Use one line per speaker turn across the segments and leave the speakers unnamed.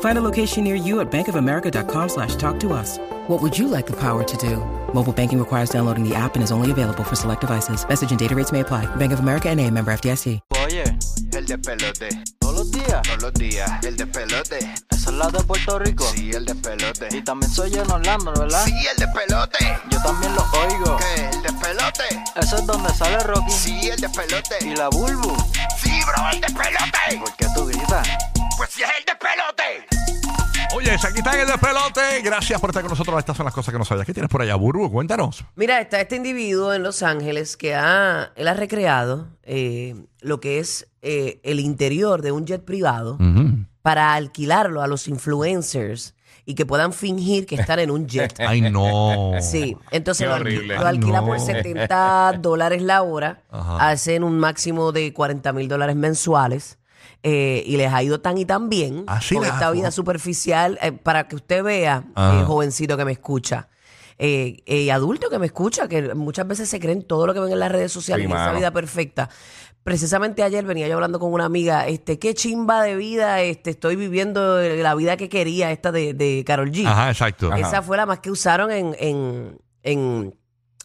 Find a location near you at bankofamerica.com slash talk to us. What would you like the power to do? Mobile banking requires downloading the app and is only available for select devices. Message and data rates may apply. Bank of America and a member FDIC.
Oye,
El despelote,
todos los días,
todos los días, el despelote.
esa es la de Puerto Rico.
Sí, el despelote.
Y también soy en Orlando, ¿verdad?
Sí, el despelote.
Yo también lo oigo.
¿Qué? El despelote.
Eso es donde sale Rocky
Sí, el
y
despelote.
la Bulbu.
Sí, bro, el despelote.
¿Por qué tú gritas?
Pues sí, es el despelote.
Oye, aquí está en el despelote. Gracias por estar con nosotros. Estas son las cosas que no sabías. ¿Qué tienes por allá, Burbu? Cuéntanos.
Mira, está este individuo en Los Ángeles que ha, él ha recreado eh, lo que es eh, el interior de un jet privado
Mm.
para alquilarlo a los influencers y que puedan fingir que están en un jet.
Ay, no.
Sí, entonces
Qué
lo, alqui-
horrible.
lo alquila
No.
por 70 dólares la hora,
Ajá.
hacen un máximo de 40 mil dólares mensuales eh, y les ha ido tan y tan bien
Ah,
Así
con
la-
esta vida superficial. eh, para que usted vea,
Ah.
eh, jovencito que me escucha eh, eh, y adulto que me escucha, que muchas veces se creen todo lo que ven en las redes sociales,
Sí,
en esa
mano.
vida perfecta. Precisamente ayer venía yo hablando con una amiga, este, qué chimba de vida, este, estoy viviendo la vida que quería, esta de, de Carol G.
Ajá, exacto.
Ajá.
Esa fue la más que usaron en, en, en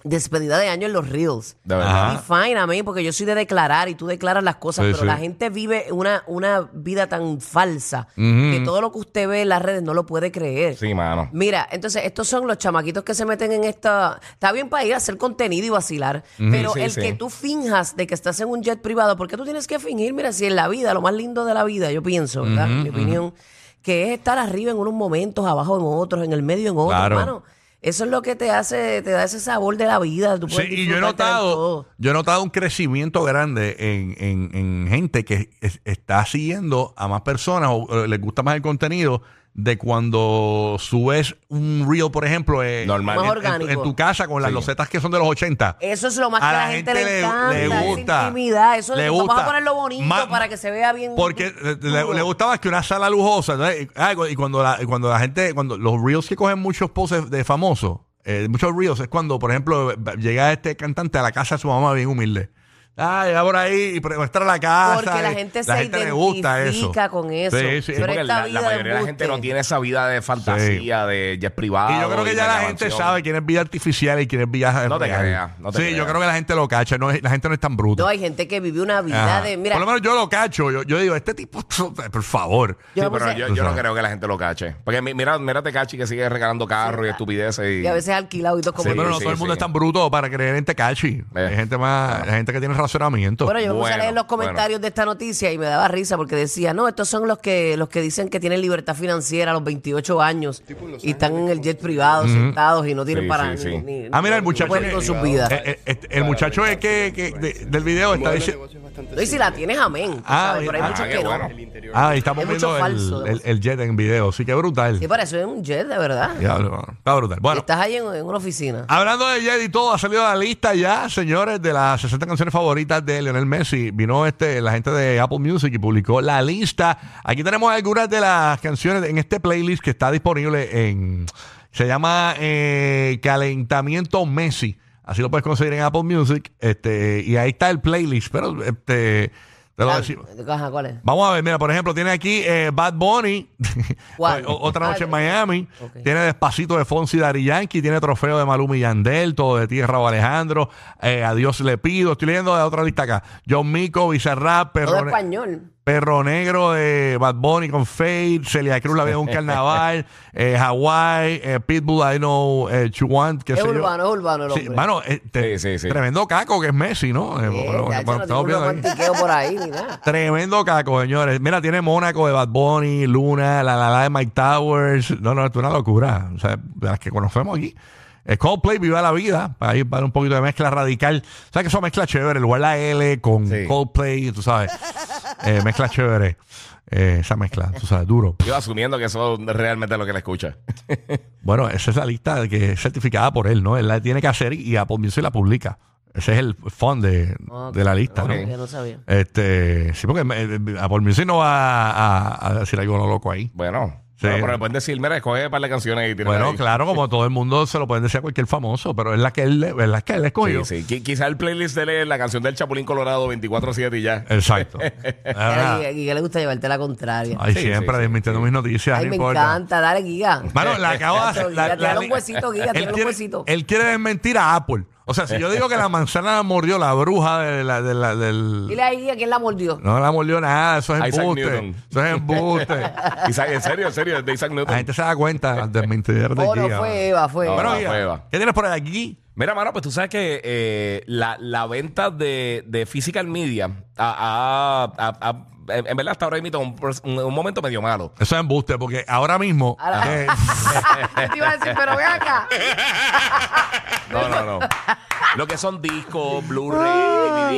despedida de año en los Reels.
De verdad.
Ajá.
Y fine a mí, porque yo soy de declarar y tú declaras las cosas,
Sí,
pero
sí.
la gente vive una, una vida tan falsa
Ujú.
que todo lo que usted ve en las redes no lo puede creer.
Sí, mano.
Mira, entonces estos son los chamaquitos que se meten en esta. Está bien para ir a hacer contenido y vacilar, pero
Sí,
el
sí.
que tú finjas de que estás en un jet privado, porque tú tienes que fingir, mira, si en la vida, lo más lindo de la vida, yo pienso, ¿verdad? Mi opinión, que es estar arriba en unos momentos, abajo en otros, en el medio en otros,
Claro.
hermano. Eso es lo que te hace, te da ese sabor de la vida. Tú
Sí,
puedes
y yo he
disfrutarte de
notado,
todo.
yo he notado un crecimiento grande en, en- en gente que es- está siguiendo a más personas o, o eh, les gusta más el contenido de cuando subes un reel, por ejemplo, eh, en-
Más
Normal.
en, tu-
orgánico.
en tu casa con las
Sí.
losetas que son de los 80.
Eso es lo
A
más que a la,
la
gente,
gente
le,
le-
encanta.
le
esa
gusta.
intimidad. Eso
Le
le vamos
gusta.
a ponerlo bonito
Ma-
para que se vea bien.
Porque eh, le,
duro.
le gustaba que una sala lujosa. ¿no? Y- ah, y cuando la, y cuando la gente, cuando los reels que cogen muchos poses de famosos, eh, muchos reels, es cuando, por ejemplo, llega este cantante a la casa de su mamá bien humilde. Ah, llega por ahí y pre- muestra la casa.
Porque la
y
gente se
le gusta eso.
identifica con eso.
Sí, sí.
Sí,
Pero
porque
esta
la, la
vida de
mayoría de la gente
embuste.
no tiene esa vida de fantasía, de jet privado.
Y yo creo que
y
ya
de
la gente
grabación.
sabe quién es vida artificial y quién es vida
No te
real.
creas, no te
sí,
creas.
yo creo que la gente lo cacha. No, es- la gente no es tan bruta.
No, hay gente que vive una vida
Ajá.
de. Mira,
Por lo menos yo lo cacho. Yo, yo digo, este tipo, por favor.
Sí,
yo me
pero
puse-
yo,
Tú
yo no
sabes.
creo que la gente lo cache. Porque mi- mira, mírate, Cachi, que sigue regalando carros y estupideces.
y a veces alquilado y todo como.
Sí,
pero no todo el
sí.
mundo es tan bruto para creer en Tecachi. Hay gente más, hay gente que tiene razonamiento.
Eh. Bueno, yo me puse a
Bueno,
leer los comentarios de esta noticia y me daba risa porque decía, no, estos son los que los que dicen que tienen libertad financiera a los 28 años y están en el jet privado sentados y no tienen
Sí,
para
sí,
ni-
sí.
ni-
ah, mira, el
ni-
muchacho.
pueden
que-
con sus vidas.
eh, eh, este- el muchacho es que, que- de- del video está diciendo.
No, y si la tienes, amén. tú
Ah,
sabes, pero hay
ah,
muchos
qué
que no.
bueno.
Ah, ahí estamos
Es mucho
viendo
falso,
el, el- el jet en video. Sí, que brutal.
Sí, para eso es un jet, de verdad.
Diablo, mano, está brutal. Bueno,
Estás ahí en, en una oficina.
hablando de jet y todo, ha salido la lista ya, señores, de las 60 canciones favoritas de Lionel Messi. Vino este la gente de Apple Music y publicó la lista. Aquí tenemos algunas de las canciones en este playlist que está disponible en. Se llama eh, Calentamiento Messi. Así lo puedes conseguir en Apple Music. Este, y ahí está el playlist. Pero este, te lo
Ah,
decimos.
ajá, ¿cuál es?
Vamos a ver, mira, por ejemplo, tiene aquí eh, Bad Bunny,
¿Cuál? Ah,
O- Otra Noche en Miami,
Ok.
tiene Despacito de Fonsi Dari Yankee, tiene Trofeo de Maluma y Yandel, Todo de Tierra o Alejandro, eh, Adiós le pido, estoy leyendo de otra lista acá, John Mico, Bizarrap,
Todo
Perro, Ne-
español.
Perro Negro de Bad Bunny con Fade, Celia Cruz, La Vida de un Carnaval, eh, Hawái, eh, Pitbull, I Know, eh, Chuan, qué
Es
sé yo.
urbano, es urbano el
Sí,
hombre.
mano, eh, te-
Sí, sí, sí.
tremendo caco que es Messi, ¿no? Eh,
Eh,
bueno,
chacho,
bueno,
no
estamos
tiene un
viendo aquí.
romantiqueo por ahí ni nada.
Tremendo caco, señores. Mira, tiene Mónaco de Bad Bunny, Luna, la la la de Mike Towers. No, no, esto es una locura. O sea, de las que conocemos aquí. Eh, Coldplay, Viva la Vida. Para ir para un poquito de mezcla radical. O sea, que son mezcla chévere. Lugar la L con
Sí.
Coldplay, tú sabes. Eh, mezcla chévere. Eh, esa mezcla, tú sabes, duro.
Yo asumiendo que eso es realmente lo que le escucha.
Bueno, esa es la lista que es certificada por él, ¿no? Él la tiene que hacer y Apple Music la publica. Ese es el fun de,
Ok.
de la lista,
Ok,
¿no?
no sabía.
Este, sí, porque eh, Apple Music no va a, a decir algo loco ahí.
Bueno,
Sí.
pero, pero le pueden decir, mira, escoge para las canciones y tira
Bueno,
ahí.
claro, como todo el mundo se lo pueden decir a cualquier famoso, pero es la que él, le- es la que él escogió.
Sí, sí. Qui- Quizá el playlist de él es la canción del Chapulín Colorado 24-7 y ya.
Exacto.
Mira,
Ah,
Giga, Giga le gusta llevarte la contraria. Ay,
Ay,
Sí,
siempre
sí, sí,
desmintiendo mis noticias. no
me
importa.
encanta. Dale, Giga.
Mano, la acabo de hacer. la-
Giga,
la-
tira los huesitos, Giga,
él,
tira los
quiere,
huesitos.
él quiere desmentir a Apple. O sea, si yo digo que la manzana la mordió la bruja de la, de la- del.
Dile a Giga quién la mordió.
No la mordió nada, eso es
Isaac
embuste.
Newton.
Eso es embuste.
Isaac, en serio, en serio, es de Isaac
La
Newton.
gente se da cuenta de mentir de
Oh, no,
Giga,
fue
mano.
Eva, fue
No,
Eva.
Bueno,
Ah,
Giga,
fue Eva.
¿qué tienes por aquí?
Mira, mano, pues tú sabes que eh, la, la venta de, de physical media ha- ha- ha- ha- en en verdad hasta ahora imita un, pros- un- un momento medio malo.
Eso es embuste, porque ahora mismo.
Ahora-
eh,
Te iba a decir, pero ven acá.
No, no, no. Lo que son discos, Blu-ray,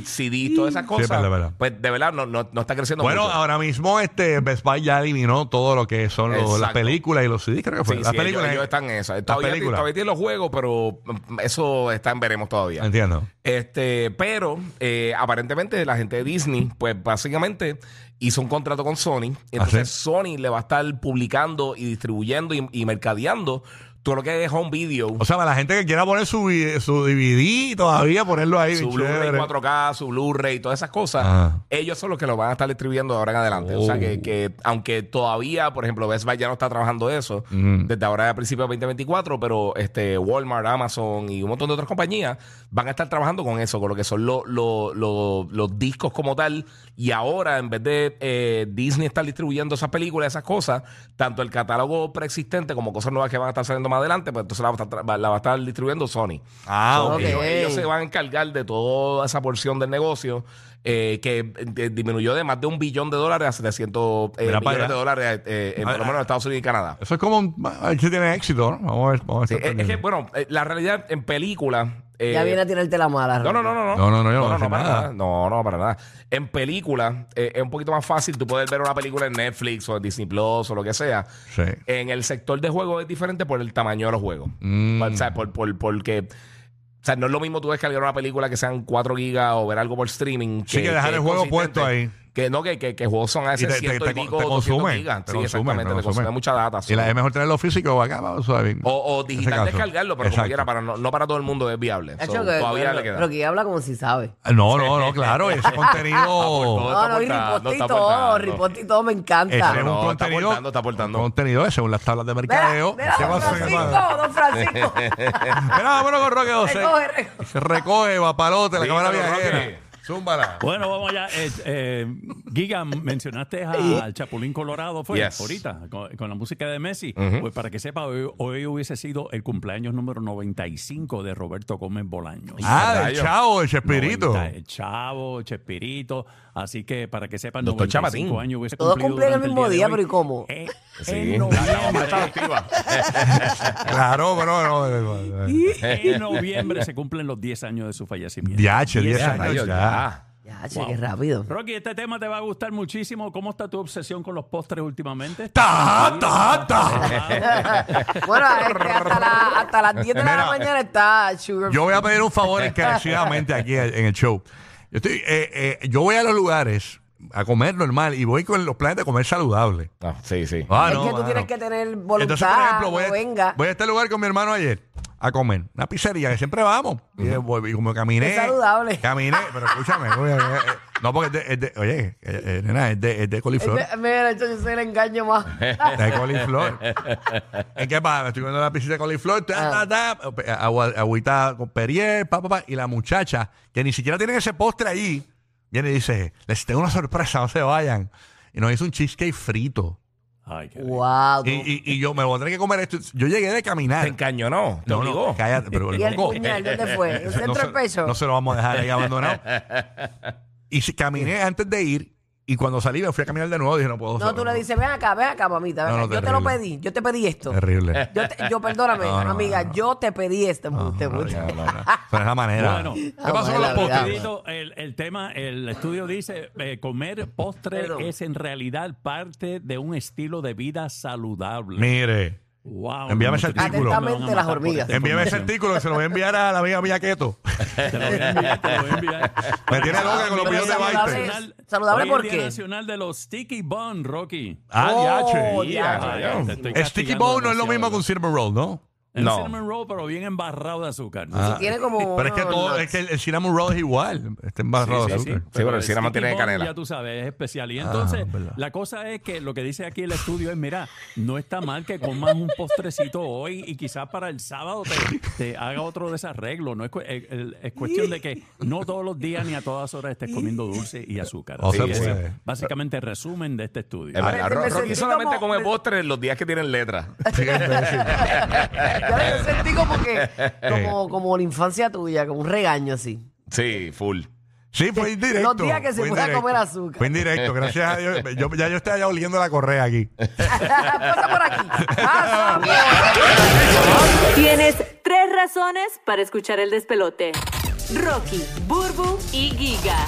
DVD, CD, todas esas cosas.
Ah. verdad, verdad.
Pues de verdad no, no, no está creciendo
bueno,
mucho.
ahora mismo este Best Buy ya eliminó todo lo que son los- las
Exacto.
películas y los CDs, creo que fue.
Sí,
las
sí,
películas.
ellos, ellos están en esa.
Las
Todavía, ti-
películas.
todavía tienen los juegos, pero mm, eso está en veremos todavía.
Entiendo.
Este, pero eh, aparentemente la gente de Disney, pues básicamente hizo un contrato con Sony. Entonces Sony le va a estar publicando y distribuyendo y, y mercadeando todo lo que es home video.
O sea, para la gente que quiera poner su, vi- su DVD todavía, ponerlo ahí.
su
bien
Blu-ray
chévere.
4K, su Blu-ray, todas esas cosas,
Ajá.
ellos son los que lo van a estar distribuyendo de ahora en adelante. O sea,
Oh.
que, que aunque todavía, por ejemplo, Best Buy ya no está trabajando eso,
Mm.
desde ahora a principios de 2024, pero este Walmart, Amazon y un montón de otras compañías van a estar trabajando con eso, con lo que son lo- lo- lo- los discos como tal. Y ahora, en vez de eh, Disney estar distribuyendo esas películas, esas cosas, tanto el catálogo preexistente como cosas nuevas que van a estar saliendo más adelante, pues entonces la va a estar, la va a estar distribuyendo Sony.
Ah,
So,
ok.
ellos, ellos se van a encargar de toda esa porción del negocio eh, que eh, de- disminuyó de más de un billón de dólares a 700 eh,
Mira para
millones
allá.
de dólares, eh, en,
Ah,
por lo menos en Estados Unidos y Canadá.
Eso es como. un- A ver si tiene éxito, ¿no? Vamos a ver. Vamos a
Sí,
estar
es, es que,
pendientes.
bueno, eh, la realidad en película. eh,
Ya viene a tirarte la mala.
no, no, no, no, no.
No, no, no, yo no voy a decir
para
nada.
nada. No, no, para nada. En película eh, es un poquito más fácil tú poder ver una película en Netflix o en Disney Plus o lo que sea.
Sí.
En el sector de juegos es diferente por el tamaño de los juegos.
Mm.
O sea, pues, por, por- porque. O sea, no es lo mismo tú descargar una película que sean 4 gigas o ver algo por streaming.
Sí, que dejar el
es
juego
consistente.
puesto ahí.
Que no, que, que, que juegos son a
Y
ese
te- te-
100
te-
y pico,
te
200
consumen,
gigas.
te
sí,
consumen,
exactamente,
te
te
consumen.
consume mucha data.
Y
sí.
la es mejor tenerlo físico o acá, vamos a ver.
o, o
ese
digital
caso.
descargarlo, pero como
Exacto.
quiera, para no, no para todo el mundo es viable.
Hacho,
So,
que-
todavía
pero,
le queda.
pero Giga habla como si sabe.
No, no, no, claro. Ese contenido.
No,
No,
está
no, y
aportando,
riposte y
está
todo,
aportando.
riposte y todo, me
Ese
encanta.
es un
No, está
contenido.
aportando, está aportando.
un contenido ese, según las tablas de
Mira,
mercadeo.
mira,
¿Qué va a
don
hacer,
Francisco,
mano?
don Francisco.
Mira, vámonos con Roque José.
Recoge, recoge.
Se recoge, papalote, la
Dímelo,
cámara viajera.
Roque.
Zúmbala.
Bueno, vamos allá. Eh, eh, Giga, mencionaste a- al Chapulín Colorado, fue
Yes.
ahorita, con, con la música de Messi. Pues para que sepa, hoy, hoy hubiese sido el cumpleaños número 95 de Roberto Gómez Bolaños.
Ah, del
Rayo.
chavo, el Chespirito.
90, el Chavo, Chespirito. Así que para que sepan,
Doctor
95
Chapatín.
años hubiese
Todos
cumplido
cumplen el
durante
mismo día,
de hoy.
pero ¿y cómo?
Eh,
Sí.
En
La bomba está
noviembre.
activa.
Claro, pero no. no.
en noviembre se cumplen los 10 años de su fallecimiento.
Diache, 10
Ya,
años
rayos,
ya.
ya.
Ya, che, qué rápido.
Rocky, este tema te va a gustar muchísimo. ¿Cómo está tu obsesión con los postres últimamente?
Ta, ta, ta.
Bueno, este, hasta, la- hasta las 10 de
Mira,
la mañana está Sugar.
Yo voy a pedir un favor encarecidamente aquí en el show. Yo, estoy, eh, eh, yo voy a los lugares a comer normal y voy con los planes de comer saludable.
Ah, sí, sí.
Ah,
es
no,
que tú
mano.
tienes que tener voluntad.
Entonces, por ejemplo, voy a,
no venga.
voy a este lugar con mi hermano ayer a comer. Una pizzería que siempre vamos. Y, eh, voy- y como caminé.
Es saludable.
Caminé, pero escúchame. voy a- eh, eh, no, porque es de, es de- oye, eh, eh, nena, es de, es de coliflor.
Este- Mira, esto yo soy el engaño más.
De coliflor. ¿En qué pasa? Me estoy comiendo la pizza de coliflor, ta,
Ah.
ta, ta, agua- agüita con Perrier, pa, pa, pa. Y la muchacha, que ni siquiera tiene ese postre allí, viene y dice, les tengo una sorpresa, no se vayan. Y nos hizo un cheesecake frito.
Ay, qué rico.
wow. tú-
Y, y- y yo me voy a tener que comer esto. Yo llegué de
Te
caminar.
encañonó, te
No, no,
obligó.
cállate, pero
¿Y el
loco, eh,
puñal dónde fue? ¿El
no,
centro del
se,
pecho?
no se lo vamos a dejar ahí abandonado. Y si caminé antes de ir, y cuando salí me fui a caminar de nuevo, dije, no puedo.
no, tú le dices, ven acá, ven acá, mamita. ven
No, no,
acá. yo te lo
terrible.
pedí, yo te pedí esto.
Terrible.
Yo, te- yo perdóname,
No, no,
amiga,
no, no.
yo te pedí esto. embuste, embuste.
Esa es la manera.
Bueno.
¿Qué pasó con
Bueno,
los postres?
Rapidito, el, el tema, el estudio dice, eh, comer postre
Perdón.
es en realidad parte de un estilo de vida saludable.
Mire,
Wow.
Envíame
Mucho
ese
tiempo.
artículo.
Me van a
Atentamente,
matar
las
por
hormigas.
esta
Envíame ese
información.
artículo que se lo voy a enviar a la amiga mía Keto.
Te lo voy a enviar, te lo voy a enviar.
Me tiene loca con los
Pero
videos de
saludable
Baite.
es- ¿Saludable
Hoy
por
es Día
qué?
nacional de los Sticky Bun, Rocky.
Ah,
Oh,
diache.
ya.
Ah,
ya, te estoy
Sticky
castigando
Bone no es lo mismo que un
demasiado.
cinnamon roll, ¿no?
El
No.
cinnamon roll, pero bien embarrado de azúcar.
Ah.
Tiene como.
Pero es que
unos
todo,
nuts.
es que el, el cinnamon roll es igual. Está embarrado de azúcar.
pero el
sticky
cinnamon tiene
bun,
canela.
Ya tú sabes, es especial. Y entonces,
Ah, verdad.
la cosa es que lo que dice aquí el estudio es, mira, no está mal que comas un postrecito hoy y quizás para el sábado te, te haga otro desarreglo. No es, cu- el- el- es cuestión de que no todos los días ni a todas horas estés comiendo dulce y azúcar.
O
Así
sea,
que ese
pues-
es básicamente el resumen de este estudio.
Es verdad,
Espérate,
Ro-
me
Rocky
sentí
solamente
como-
come
me-
postres los días que tienen letras.
Ya lo sentí como que. Como, como la infancia tuya, como un regaño así.
Sí, full.
Sí, fue indirecto.
Los días que se
fue
pueda
indirecto.
comer azúcar.
Fue indirecto, gracias a Dios. Yo- ya yo estaba ya oliendo la correa aquí.
Pasa por aquí. Pasa por
Tienes tres razones para escuchar el despelote. Rocky, Burbu y Giga.